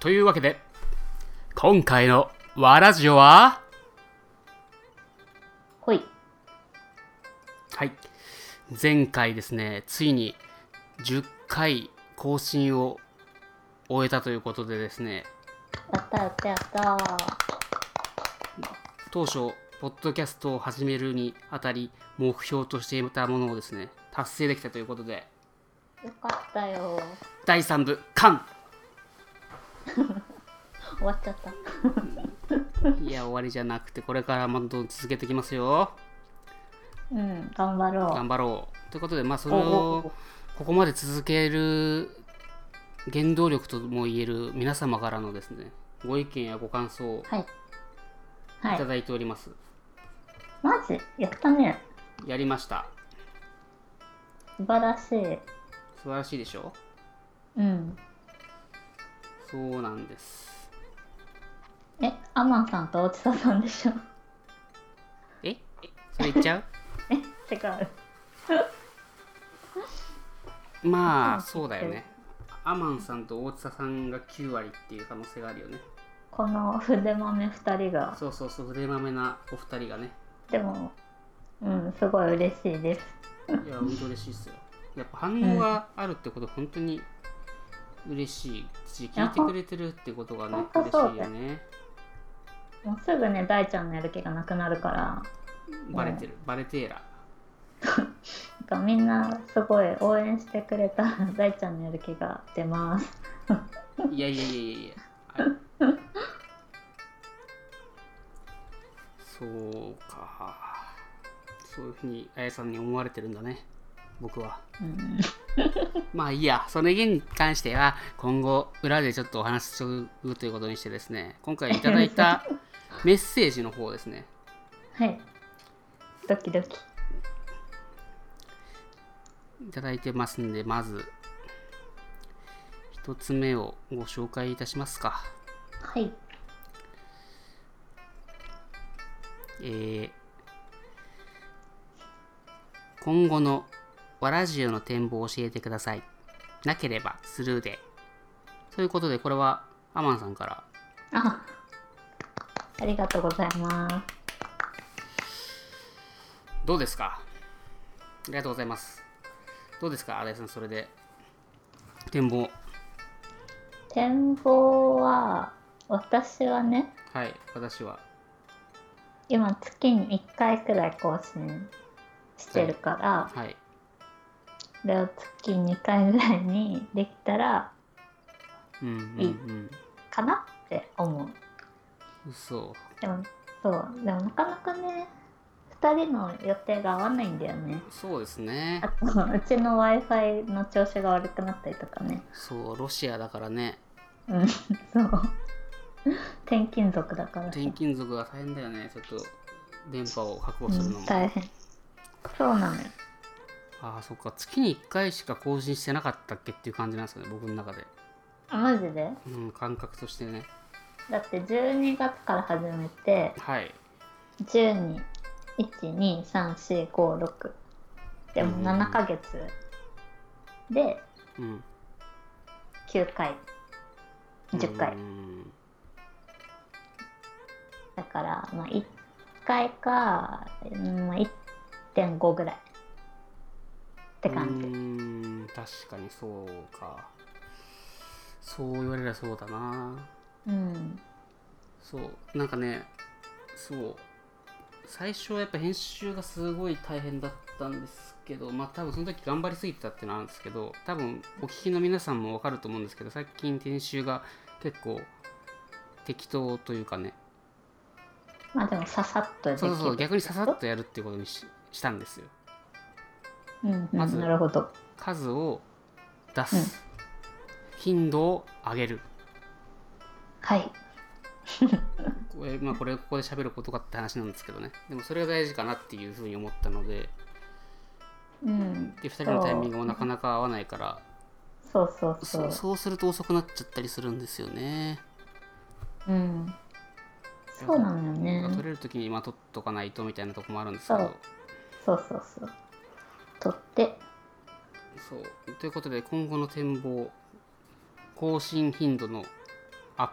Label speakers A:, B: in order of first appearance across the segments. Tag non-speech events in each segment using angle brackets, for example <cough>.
A: というわけで、今回のわラジオは、
B: ほい。
A: はい。前回ですね、ついに10回更新を終えたということでですね、
B: やったやったやった
A: 当初、ポッドキャストを始めるにあたり、目標としていたものをですね、達成できたということで、
B: よかったよ。
A: 第3部、 <laughs> 完
B: 終わっちゃった。
A: いや、終わりじゃなくて、これからもどんどん続けていきますよ。
B: うん、頑張ろ。
A: 頑張ろう。ということで、まあ、そうれ
B: おお
A: をここまで続ける原動力ともいえる皆様からのですね、ご意見やご感想を
B: はい。はいい
A: た。だいております。
B: マジやったね。
A: やりました。
B: 素晴らしい。
A: 素晴らしいでしょ
B: うん。
A: そうなんです。
B: え、アマンさんと大地田さんでしょ。 <laughs>
A: えそれ言っちゃう
B: え、違う。
A: まあ、
B: そ
A: そう
B: う
A: だよね。アマンさんと大津さんが9割っていう可能性があるよね。
B: この筆豆二人が。
A: そうそうそう、腕まめなお二人がね。
B: でも、うん、すごい嬉しいです。
A: いや、本当嬉しいっすよ。やっぱ反応があるってこと、本当に嬉しいし、聞いてくれてるってことがね
B: ほ
A: 嬉
B: ん、ほんと
A: し
B: そう
A: い
B: だ
A: よ
B: よ
A: ね。
B: もうすぐね、大ちゃんのやる気がなくなるから、
A: バレてる、バレてーら。
B: なんかみんなすごい応援してくれた大ちゃんのやる気が出ます。
A: いやいやいやいやいや。あれそうか。そういうふうに、あやさんに思われてるんだね。僕は。
B: うん
A: まあいいや、その件に関しては、今後、裏でちょっとお話しするということにしてですね、今回いただい
B: <laughs>
A: たメッセージの方ですね。
B: はい。ドキドキ。
A: いただいてますんで、まず、一つ目をご紹介いたしますか。
B: はい。
A: えー今後のわラジオの展望を教えてください。なければスルーで。ということで、これはアマンさんから。
B: あ、ありがとうございま
A: どうですかありがとうございます。どうですか、荒井さん、それで。展望。
B: す。展望は、私はね、
A: はい、私は。
B: 今月に1回くらい更新してるから、
A: はい。
B: それを月2回ぐらいにできたら
A: うんうんうん。
B: かなって思う。
A: 嘘。
B: でも、そう、でもなかなかね、2人の予定が合わないんだよね。
A: そうですね
B: あ。と、うちの Wi-Fi の調子が悪くなったりとかね。
A: そう、ロシアだからね。
B: うん、そう。転勤族だからさ
A: 転勤族が大変だよね。ちょっと、電波を確保
B: う
A: するの
B: ん、
A: も。
B: 大変そうなのよ
A: ああそっか月に1回しか更新してなかったっけっていう感じなんですよね僕の中で、
B: あマジで
A: うん、感覚としてね
B: だって12月から始めて
A: はい
B: 12123456で
A: う
B: も
A: ん
B: 7ヶ月で
A: うん
B: 9回10回
A: うん
B: だから、まあ、1回か、うんまあ、1.5ぐらいって感
A: う
B: じ
A: ん確かにそうかそう言われりゃそうだな
B: うん
A: そうなんかねそう最初はやっぱ編集がすごい大変だったんですけどまあ多分その時頑張りすぎてたっていうのはあるんですけど多分お聞きの皆さんもわかると思うんですけど最近編集が結構適当というかね
B: まあでもささっとでき
A: そ
B: る
A: うそうそう逆にささっとやるっていうことにししたんですよ
B: うん、うん
A: まず
B: なるほど
A: 数を出す、頻度を上げる
B: はい
A: これ,、まあ、これここで喋ることかって話なんですけどねでもそれが大事かなっていうふうに思ったので
B: うん
A: で2人のタイミングもなかなか合わないから
B: そうそうそ
A: そううそうすると遅くなっちゃったりするんですよね
B: うんそうなのよね
A: 取れる時にまあ取っとかないとみたいなとこもあるんですけど
B: そうそうそうそう。取って、
A: そうということで今後の展望更新頻度のアップ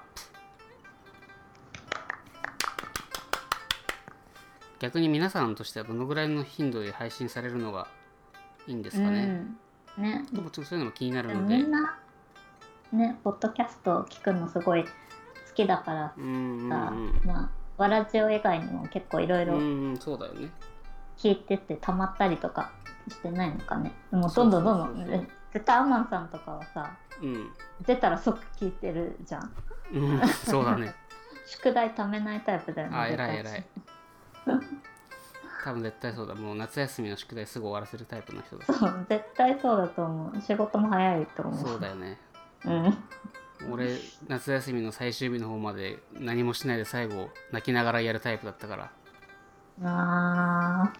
A: 逆に皆さんとしてはどのぐらいの頻度で配信されるのがいいんですかね、
B: うん、ね
A: でもちょっとそういうのも気にな
B: で
A: る
B: も
A: の
B: み
A: で
B: んなねポッドキャストを聞くのすごい好きだから
A: うんうん
B: さ、まあわらじお以外にも結構いろい
A: うんう
B: ろ
A: んうんそうだよね
B: 聞いててたまったりとかしてないのかねもうどんどんどんど
A: そうそうそうそ
B: ん
A: う
B: ね絶対アマンさんとかはさ
A: うん
B: 出たら即聞いてるじゃん
A: うん、 <laughs> そうだね。
B: 宿題貯めないタイプだよね
A: あ、
B: 絶
A: 偉
B: 対
A: い偉い。多分絶対そうだ。もう夏休みの宿題すぐ終わらせるタイプの人だ。
B: そう絶対そうだと思う仕事も早いと思う
A: そうだよね。
B: うん
A: 俺、夏休みの最終日の方まで何もしないで最後、泣きながらやるタイプだったから。
B: あ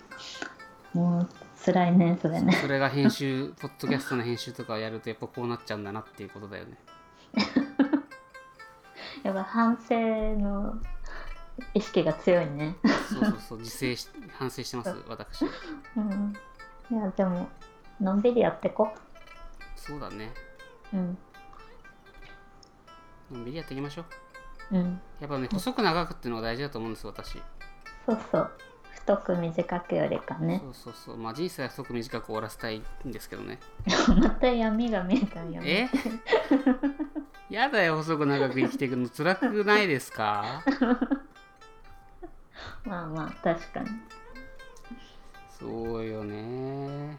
B: ーもう辛いねそれね
A: それが編集、ポッドキャストの編集とかをやるとやっぱこうなっちゃうんだなっていうことだよね。
B: やっぱ反省の意識が強いね、
A: そうそうそう、自制し、反省してます、私。
B: うん、いやでものんびりやってこ
A: そうだね。
B: うん
A: のんびりやっていきましょう。
B: うん
A: やっぱね、細く長くっていうのが大事だと思うんです、私。
B: そうそう太く短くよりかね
A: そうそうそう。まあ人生は太く短く終わらせたいんですけどね。
B: また闇が見えたよね
A: え <laughs> やだよ細く長く生きていくの辛くないですか
B: まあまあ確かに
A: そうよね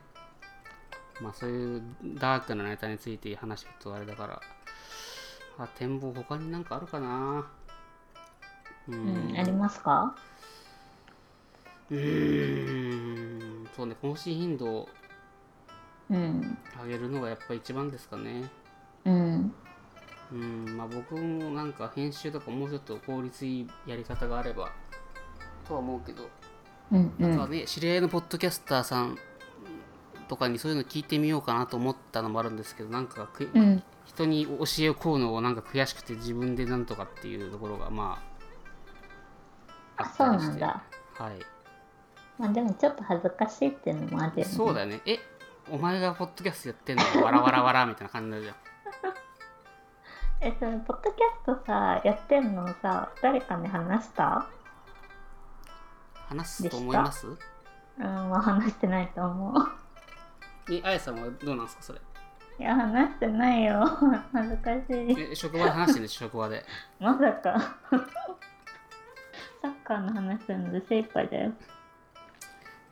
A: まあそういうダークなネタについて話すとあれだからあ展望他になんかあるかなうー
B: うんんありますか
A: うーんそうね更新頻度を
B: うん
A: 上げるのがやっぱ一番ですかね
B: うん
A: うんまあ僕もなんか編集とかもうちょっと効率いいやり方があればとは思うけど
B: うんう
A: なんか
B: ん
A: ね、知り合いのポッドキャスターさんとかにそういうの聞いてみようかなと思ったのもあるんですけどなんかく、
B: うん
A: 人に教えをこうのをなんか悔しくて自分でなんとかっていうところがまあ
B: あそうなんだ
A: はい
B: まあでもちょっと恥ずかしいっていうのもあるよね
A: そうだよねえお前がポッドキャストやってんのわらわらわらみたいな感じになるじゃん
B: えそれポッドキャストさやってんのさ誰かに話した
A: 話すと思います
B: うんまあ話してないと思う <laughs>
A: えあやさんはどうなんですかそれ
B: いや話してないよ <laughs> 恥ずかしい
A: え職場で話してるんでしょ職場で
B: まさか <laughs> サッカーの話するので精一杯だよ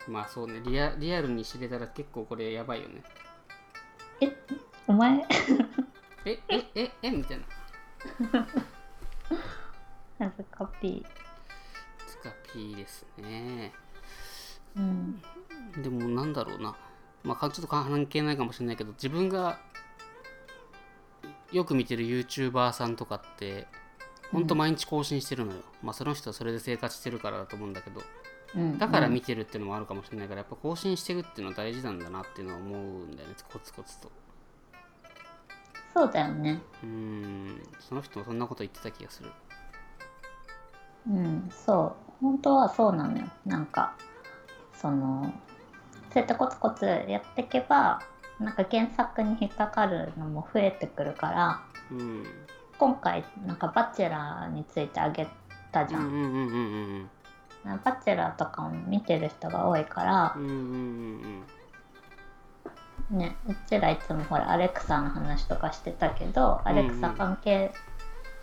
A: まあそうねリアリアルに知れたら結構これやばいよね
B: えお前
A: ええええみたいな
B: 恥ずかピ
A: つかピーですね
B: ーうん
A: でもなんだろうな、まあ、かちょっと関係ないかもしれないけど自分がよく見てる YouTuber さんとかってほんと毎日更新してるのよ、まあその人はそれで生活してるからだと思うんだけど
B: うん
A: だから見てるっていうのもあるかもしれないからやっぱ更新していくっていうのは大事なんだなっていうのは思うんだよねコツコツと
B: そうだよね
A: うーんその人もそんなこと言ってた気がする
B: うんそう本当はそうなのよなんかそのそうやってコツコツやっていけばなんか原作に引っかかるのも増えてくるから
A: うん
B: 今回なんか「バチェラー」についてあげたじ
A: うん
B: ゃ、
A: うんんうんうん
B: バチェラーとかも見てる人が多いから
A: うんう、んうんうん
B: ねうちらいつもほらアレクサの話とかしてたけど、
A: ん
B: アレクサ関係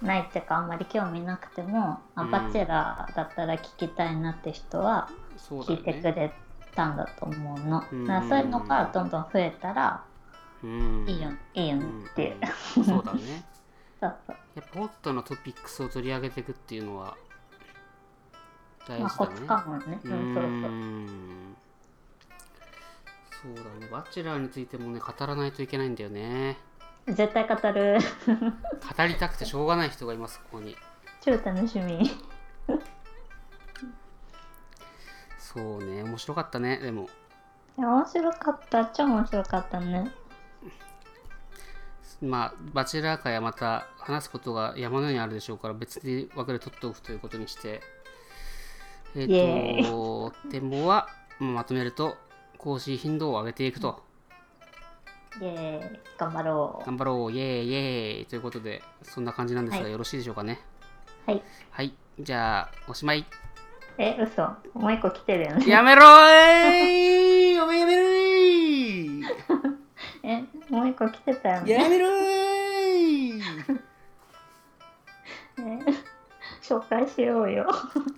B: ないっていうかあんまり興味なくても、あ
A: うん
B: バチェラーだったら聞きたいなって人は
A: そうだ
B: 聞い
A: よ
B: てく
A: ね
B: れたんだと思うの、
A: うん
B: だからそういうのがどんどん増えたら
A: うん
B: いいよ、いいよ
A: う
B: ね
A: ん
B: っていう、
A: うんそうだね
B: そうそう
A: やっぱホットなトピックスを取り上げていくっていうのは大
B: まあ
A: 事
B: コ
A: だ
B: ツ
A: ね。
B: かもね、
A: う
B: う
A: ー
B: ん、そうそうん
A: そうだね。バチェラーについてもね語らないといけないんだよね。
B: 絶対語る <laughs>
A: 語りたくてしょうがない人がいますここに。
B: 超楽しみ
A: そうね面白かったねでも
B: いや面白かった超面白かったね
A: まあバチェラー会はまた話すことが山のようにあるでしょうから別で分けで取っておくということにしてえっ、
B: イエ
A: と展望はまあまとめると更新頻度を上げていくと。
B: イエーイ頑張ろう
A: 頑張ろうイエーイイエーイということでそんな感じなんですが、
B: はい
A: よろしいでしょうかね
B: はい
A: はいじゃあおしまい
B: え嘘もう一個来てるよね
A: やめろーいやめやめろーい
B: <laughs> えもう一個来てたよね
A: やめろー
B: <laughs>
A: い
B: ね <laughs> 紹介しようよ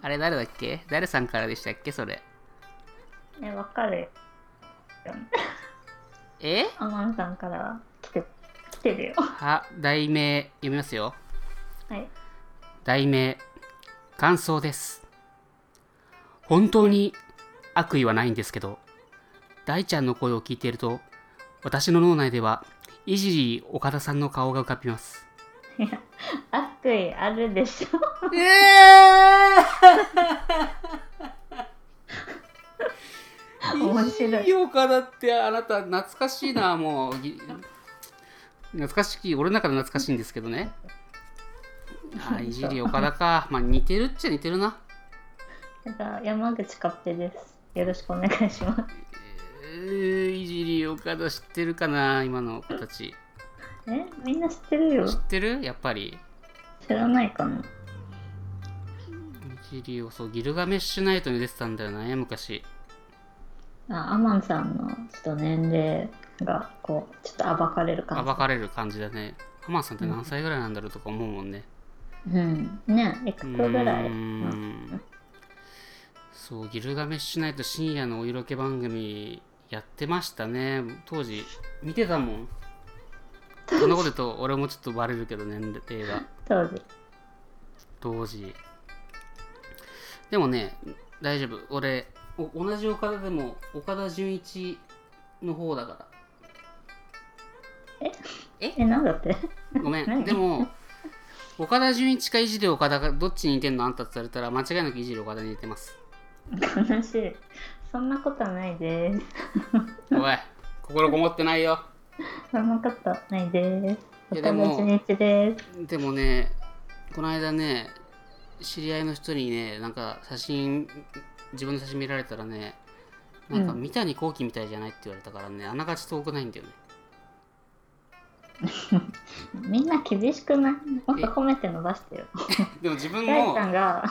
A: あれ誰だっけ誰さんからでしたっけそれ
B: えわかるよ
A: え
B: アマンさんから来て来てるよ
A: は題名読みますよ
B: はい
A: 題名感想です本当に悪意はないんですけど大ちゃんの声を聞いていると私の脳内ではイジリー岡田さんの顔が浮かびます
B: いや悪意あるでしょ
A: ええ
B: 面白い
A: 岡田ってあなた懐かしいなもうぎ懐かしい俺の中で懐かしいんですけどねはいいじり岡田かまあ似てるっちゃ似てるな
B: ただ山口勝手ですよろしくお願いします
A: えー、いじり岡田知ってるかな今の子たち
B: えみんな知ってるよ
A: 知ってるやっぱり
B: 知らないかない
A: じりをそうギルガメッシュナイトに出てたんだよな昔
B: あアマンさんのちょっと年齢がこうちょっと暴かれる感じ
A: 暴かれる感じだねハマンさんって何歳ぐらいなんだろうとか思うもんね
B: うんねいくつぐらい、
A: うーんそうギルガメッシュナイト深夜のお色気番組やってましたね当時見てたもんそんなこと言うと俺もちょっとバレるけど年齢が
B: 当時
A: 同時でもね大丈夫俺お同じ岡田でも岡田准一の方だか
B: えなんだって <laughs>
A: らごめん
B: 何
A: でも岡田准一かいじり岡田かどっちに似てんのあんたって言われたら間違いなくいじり岡田に似てます
B: 悲しいそんなことないです
A: おい心こもってないよ
B: そんなことないです
A: いやで
B: 岡田
A: も
B: 准一です
A: でもねこの間ね知り合いの人にねなんか写真自分の写真見られたらねなんか
B: うん
A: 三谷幸喜みたいじゃないって言われたからねあながち遠くないんだよね
B: みんな厳しくないもっと褒めて伸ばしてよ
A: でも自分
B: 大
A: も
B: ちゃんが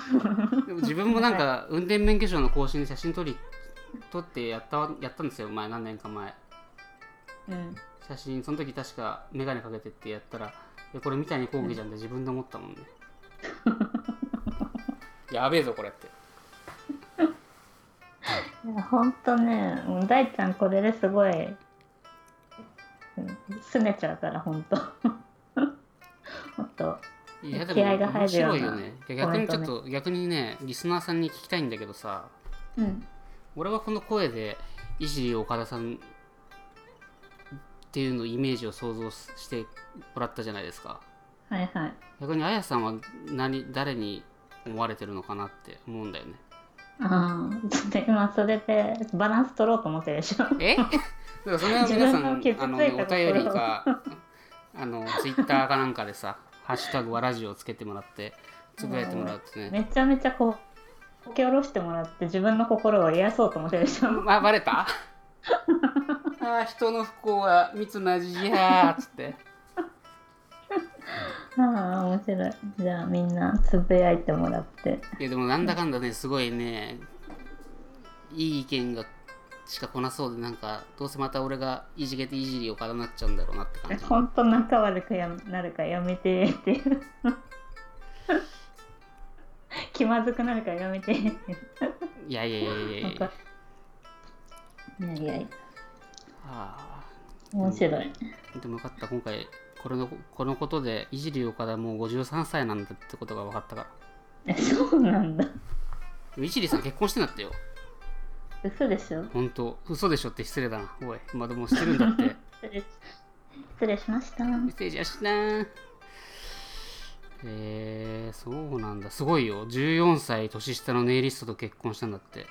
A: でも自分もなんか運転免許証の更新で写真撮り撮ってやったわやったんですよ前何年か前
B: うん
A: 写真その時確か眼鏡かけてってやったら「いやこれ三谷幸喜じゃん」って自分で思ったもんね <laughs> やべえぞこれって
B: いやほんとねもう大ちゃんこれですごいうん拗ねちゃうからほんと <laughs> もっと
A: いやで
B: 気合が
A: も面
B: 入るよ
A: 白
B: うない
A: よねいや逆にちょっと逆にねリスナーさんに聞きたいんだけどさ
B: うん
A: 俺はこの声でいじり岡田さんっていうのイメージを想像ししてもらったじゃないですか
B: はいはい
A: 逆にあやさんは何誰に思われてるのかなって思うんだよね
B: ああちょっと今それ <laughs> でバランス取ろうと思ってるでしょ <laughs>
A: <laughs> えだからそれは皆さんあ
B: 自分
A: の、
B: の
A: ね、
B: 傷つい
A: お
B: た心を
A: 便りかあのツイッターかなんかでさ <laughs> 「ハッシュタグはラジオ」つけてもらってつぶやいてもらうってね
B: めちゃめちゃこうこけ下ろしてもらって自分の心を癒やそうと思ってるでしょ
A: あバレた <laughs> あー人の不幸は密なじじやーっつって
B: <laughs> ああ面白いじゃあみんなつぶやいてもらって
A: いやでもなんだかんだねすごいねいい意見がしかこなそうでなんかどうせまた俺がいじけていじりをかなっちゃうんだろうなって
B: <laughs>
A: 感じ
B: ほんと仲悪くやなるからやめてっていう <laughs> 気まずくなるからやめてっていう
A: いやいやいやいやいや
B: なんかいやいやいや
A: あ
B: 面白い
A: ーでもよかった今回これのこのことでいじり岡田もう53歳なんだってことが分かったか
B: え <laughs> そうなんだ
A: らいじりさん結婚してんだってよ
B: 嘘でしょ
A: ほんと嘘でしょって失礼だなおいまあでもしてるんだって <laughs>
B: 失礼失礼しました
A: 失礼しましたえー、そうなんだすごいよ14歳年下のネイリストと結婚したんだって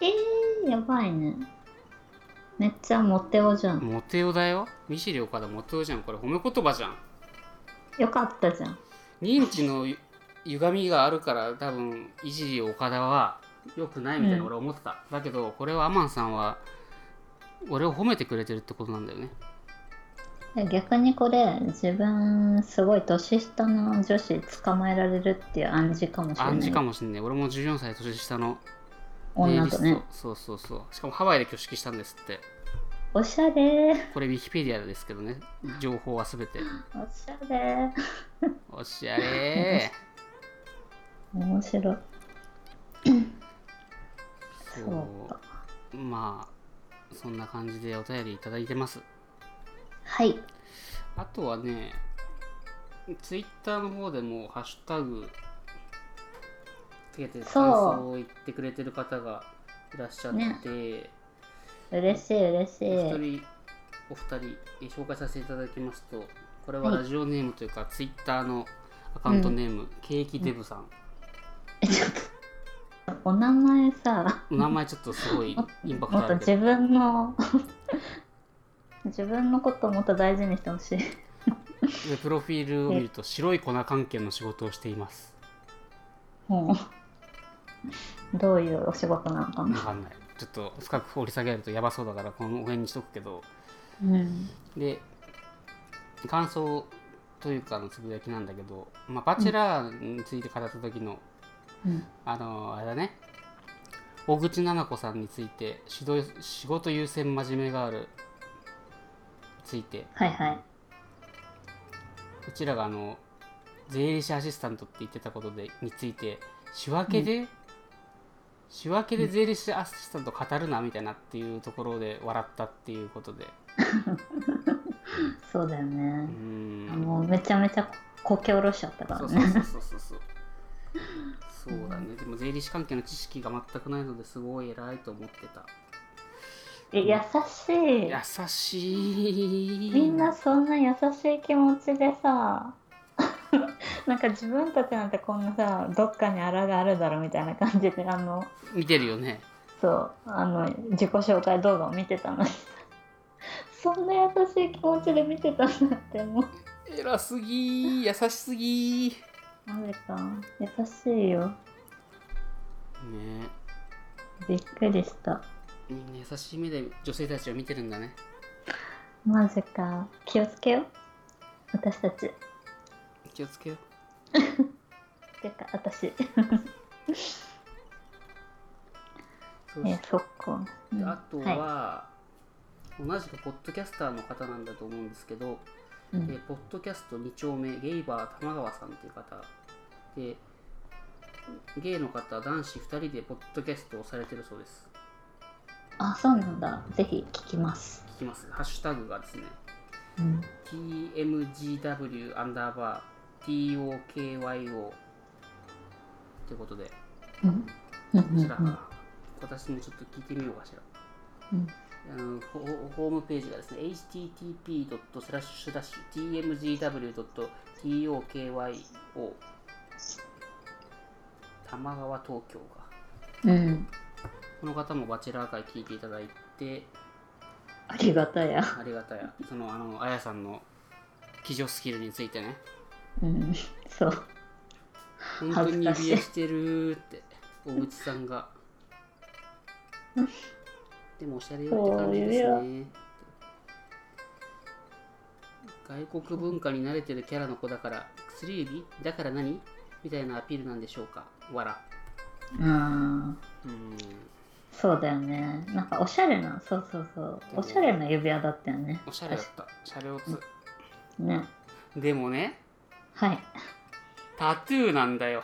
B: えー、やばいねめっちゃモテオじゃん
A: モテ男だよ見知り岡田モテ男じゃんこれ褒め言葉じゃん
B: よかったじゃん
A: 認知のゆ歪みがあるから多分いじり岡田は良くないみたいな俺思ってた、だけどこれはアマンさんは俺を褒めてくれてるってことなんだよね
B: で逆にこれ自分すごい年下の女子捕まえられるっていう暗示かもしれない
A: 暗示かもしんない俺も14歳年下のネイ
B: 女
A: リ
B: と
A: スト、
B: ね
A: そうそうそうしかもハワイで挙式したんですって
B: おしゃれおし
A: これウィキペディアですけどね情報は全て
B: ゃれ
A: おしゃれ
B: 面白い
A: ー
B: <laughs> そう
A: そうまあそんな感じでお便りいただいてます
B: はい
A: あとはね、ツイッターの方でもハッシュタグつけて感想を言ってくれてる方がいらっしゃって、
B: 嬉しい嬉しい
A: お一人、お二人え紹介させていただきますと、これは
B: はい
A: ラジオネームというか、ツイッターのアカウントネーム、ケーキデブさん。
B: えちょっとお名前さ
A: お名前ちょっとすごいインパク
B: も
A: ト
B: っ
A: あ
B: と
A: るけ
B: 自
A: ど、
B: 分の <laughs> 自分のことをもっと大事にしてほしい
A: でプロフィールを見ると白い粉関係の仕事をしています。
B: もうどういうお仕事なのか
A: わ
B: な
A: かんない。ちょっと深く掘り下げるとやばそうだから、この辺にしとくけど、
B: うん
A: で感想というかのつぶやきなんだけど、まあ、バチェラーについて語った時の、
B: うん
A: あのあれだね小口奈々子さんについて指導仕事優先真面目があるついて
B: はいはいう
A: ちらがあの税理士アシスタントって言ってたことでについて仕分けで、仕分けで税理士アシスタント語るなみたいなっていうところで笑ったっていうことで
B: そうだよね
A: う、ん
B: もうめちゃめちゃこけおろしちゃったから
A: そう
B: ね
A: そうそうそうそうそうそうだねでも税理士関係の知識が全くないのですごい偉いと思ってた
B: え優しい
A: 優しい
B: みんなそんな優しい気持ちでさ <laughs> なんか自分たちなんてこんなさどっかにあらがあるだろみたいな感じであの
A: 見てるよね
B: そうあの自己紹介動画を見てたのに <laughs> そんな優しい気持ちで見てたんだってもう
A: 偉すぎ優しすぎね
B: なぜか優しいよびっくりした
A: みんな優しい目で女性たちを見てるんだね
B: マジか気をつけよう私たち
A: 気をつけよう
B: てか私
A: そうし
B: えそっか、うん
A: あとは、
B: は
A: 同じくポッドキャスターの方なんだと思うんですけど、
B: い、う
A: えー
B: ん
A: ポッドキャスト2丁目ゲイバー玉川さんという方でゲイの方男子2人でポッドキャストをされてるそうです
B: あそうなんだぜひ聞きます、
A: 聞きますハッシュタグがですね
B: うん、
A: TMGW アンダーバー TOKYO ということでこ
B: うんうんうん
A: ちらから私もちょっと聞いてみようかしら
B: うん
A: あのホホームページがですね http://tmgw.tokyo 玉川東京が
B: うん、
A: この方もバチェラー会聞いていただいて
B: ありがたや、
A: ありがたやそのあのあやさんの騎乗スキルについてね
B: うん、そう
A: 本当に怯
B: 恥ずか
A: え
B: しい
A: してるって小口さんがでもおしゃれよって感じです
B: そう
A: ね外国文化に慣れてるキャラの子だから薬指だから何みたいなアピールなんでしょうかわら
B: うん
A: うーん
B: そうだよねなんかおしゃれなそうそうそうおしゃれな指輪だったよね
A: おしゃれだったシャレオツ
B: ね
A: でもね
B: はい
A: タトゥーなんだよ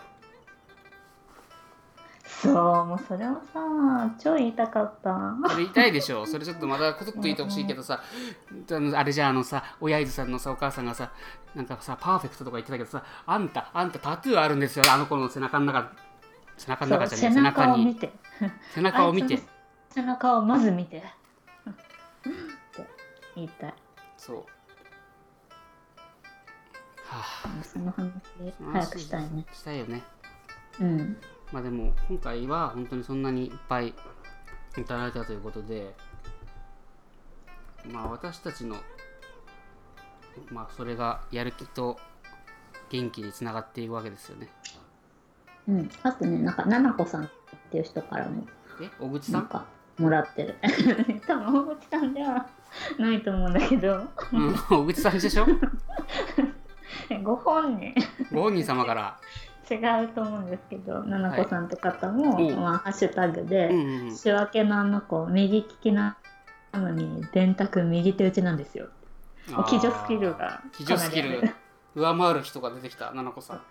B: そうもうそれはさ超言いたかった
A: それ痛いでしょそれちょっとまたコトッと言ってほしいけどさあのあれじゃああのさ親父さんのさお母さんがさなんかさパーフェクトとか言ってたけどさあんたあんたタトゥーあるんですよあの子の背中の中背中の中
B: そう
A: じゃ
B: 背
A: ねえ背中
B: 中を見
A: に
B: て
A: 背中を見
B: あい
A: て
B: つの背中をまず見てって言いたい
A: そうはあ
B: その話早くしたいね
A: したいよね
B: うん
A: まあでも今回は本当にそんなにいっぱいいただいたということでまあ私たちのまあそれがやる気と元気につながっていくわけですよね。
B: うんあとねなんかななこさんっていう人からも
A: え小口さ
B: <laughs> なん
A: ん
B: かもらってる <laughs> 多分大口さんではないと思うんだけど <laughs>
A: うん、小口さんでしょ
B: ご本人
A: ご本人様から。
B: 違うと思うんですけどななこさんって方も、
A: はいうん
B: まあ、ハッシュタグで、
A: うんうんうん、
B: 仕分けのあの子右利きなのに電卓右手打ちなんですよ
A: あー
B: 基準スキルが
A: 基準スキル
B: かなり
A: 上回る人が出てきた、ななこさん。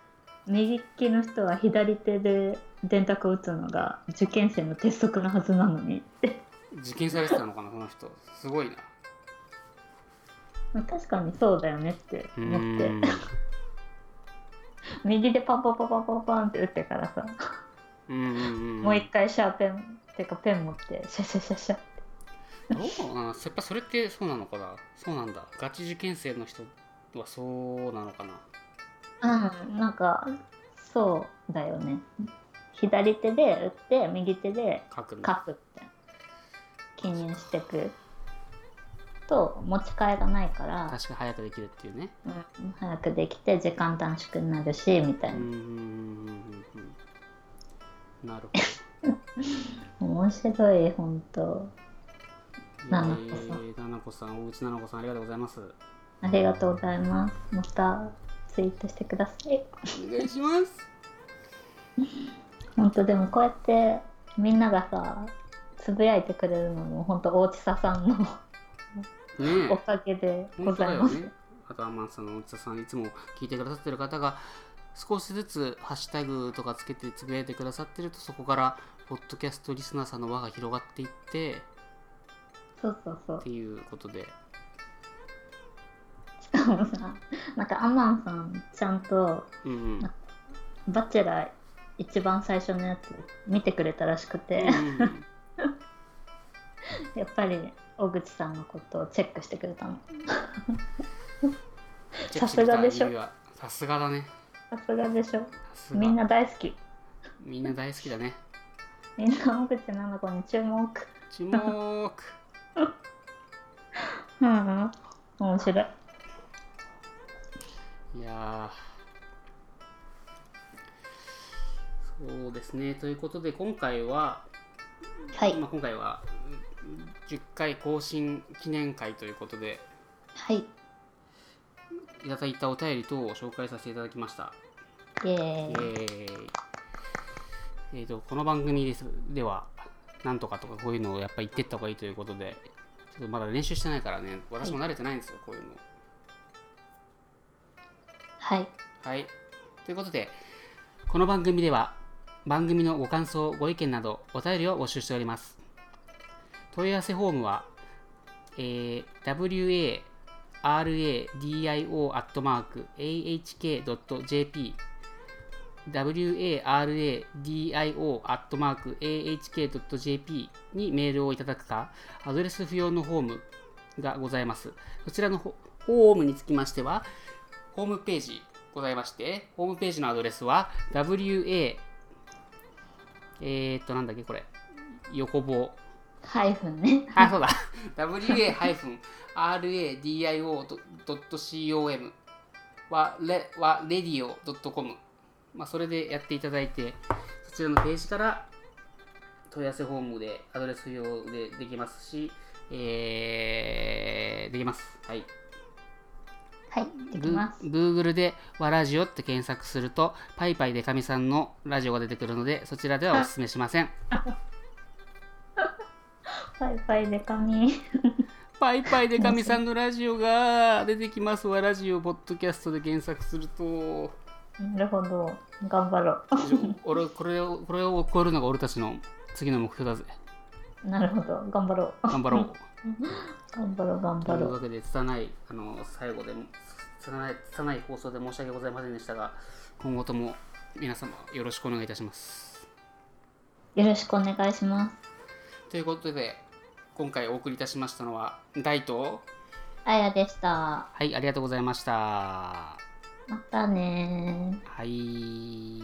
B: 右利きの人は左手で電卓を打つのが受験生の鉄則のはずなのに
A: 受験されてたのかな、この人。すごいな。
B: まあ確かにそうだよねって
A: う
B: 思って
A: ん。
B: 右でパンパンパンパンパンパンって打ってからさ、
A: うんうんうん。
B: もう一回シャーペンっていうかペン持ってシャシャシャシャ
A: どうなのやっぱそれってそうなのかなそうなんだ。ガチ受験生の人はそうなのかな
B: うんなんかそうだよね左手で打って右手で
A: 書くの。
B: 書くって記入してくと持ち替えがないから、
A: 確か早くできるっていうね。
B: うん、早くできて時間短縮になるしみた
A: う
B: い
A: んうんう
B: な、
A: んうんうん。なるほど。
B: 面白い本当ななこさん
A: えーななこさん、大内ななこさん、ありがとうございます。
B: ありがとうございますまたツイートしてください
A: お願いします。
B: 本当でもこうやってみんながさつぶやいてくれるのも本当大地ささんの
A: ね
B: お
A: え。
B: かげでご
A: 本当
B: ざ
A: だ
B: い
A: よ
B: ます、
A: ね。あとアマンさんの大内田さん、いつも聞いてくださってる方が、少しずつハッシュタグとかつけてつぶやいてくださってると、そこから、ポッドキャストリスナーさんの輪が広がっていって、
B: そうそうそう
A: っていうことで。
B: しかもさなんかアマンさんちゃんと
A: うんうん。
B: あ「バチェラー」一番最初のやつ見てくれたらしくて、
A: うんうん
B: やっぱり大口さんのことをチェックしてくれたのさすがでしょ。
A: さすがだね。
B: さすがでしょ
A: さすが
B: みんな大好き
A: みんな大好きだね。
B: みんな大口奈々子に注目
A: 注目。
B: うんうん面白い
A: いやーそうですね。ということで、今回は、
B: はい
A: まあ、今回はうん10回更新記念会ということで、
B: はい
A: いただいたお便り等を紹介させていただきました。
B: イエ
A: イエ
B: ーイ
A: ーイえー、とこの番組ですでは、なんとかとかこういうのをやっぱ言ってった方がいいということで、ちょっとまだ練習してないからね、私も慣れてないんですよ、こういうの。
B: はい
A: はい。ということで、この番組では、番組のご感想、ご意見など、お便りを募集しております。問い合わせフォームは、えー、waradio.ahk.jp waradio.ahk.jp にメールをいただくか、アドレス不要のフォームがございます。そちらのフォフォームにつきましては、ホームページございまして、ホームページのアドレスは WA、えー、っと、なんだっけ、これ、横棒。
B: ハイフンね
A: あ、そうだ。wa-radio.com は、レは radio.com。まあ、それでやっていただいて、そちらのページから問い合わせフォームで、アドレス不要でできますし、えー、できます。はい。
B: はいできます
A: Google で「わラジオ」って検索するとパイパイでかみさんのラジオが出てくるのでそちらではおすすめしません
B: バイバイでかみ
A: パイパイでかみさんのラジオが出てきますわラジオポッドキャストで検索すると
B: なるほど頑張ろ
A: 俺これをこれを超えるのが俺たちの次の目標だぜ
B: うなるほど頑張ろう
A: 頑張ろう
B: 頑張ろう頑
A: と
B: 張
A: い
B: ろ
A: う
B: う
A: わけで拙いあの最後で拙い拙い放送で申し訳ございませんでしたが今後とも皆様よろしくお願いいたします
B: よろしくお願いします
A: ということで今回お送りいたしましたのは大と
B: あやでした
A: はい、ありがとうございました。は
B: またねー
A: い。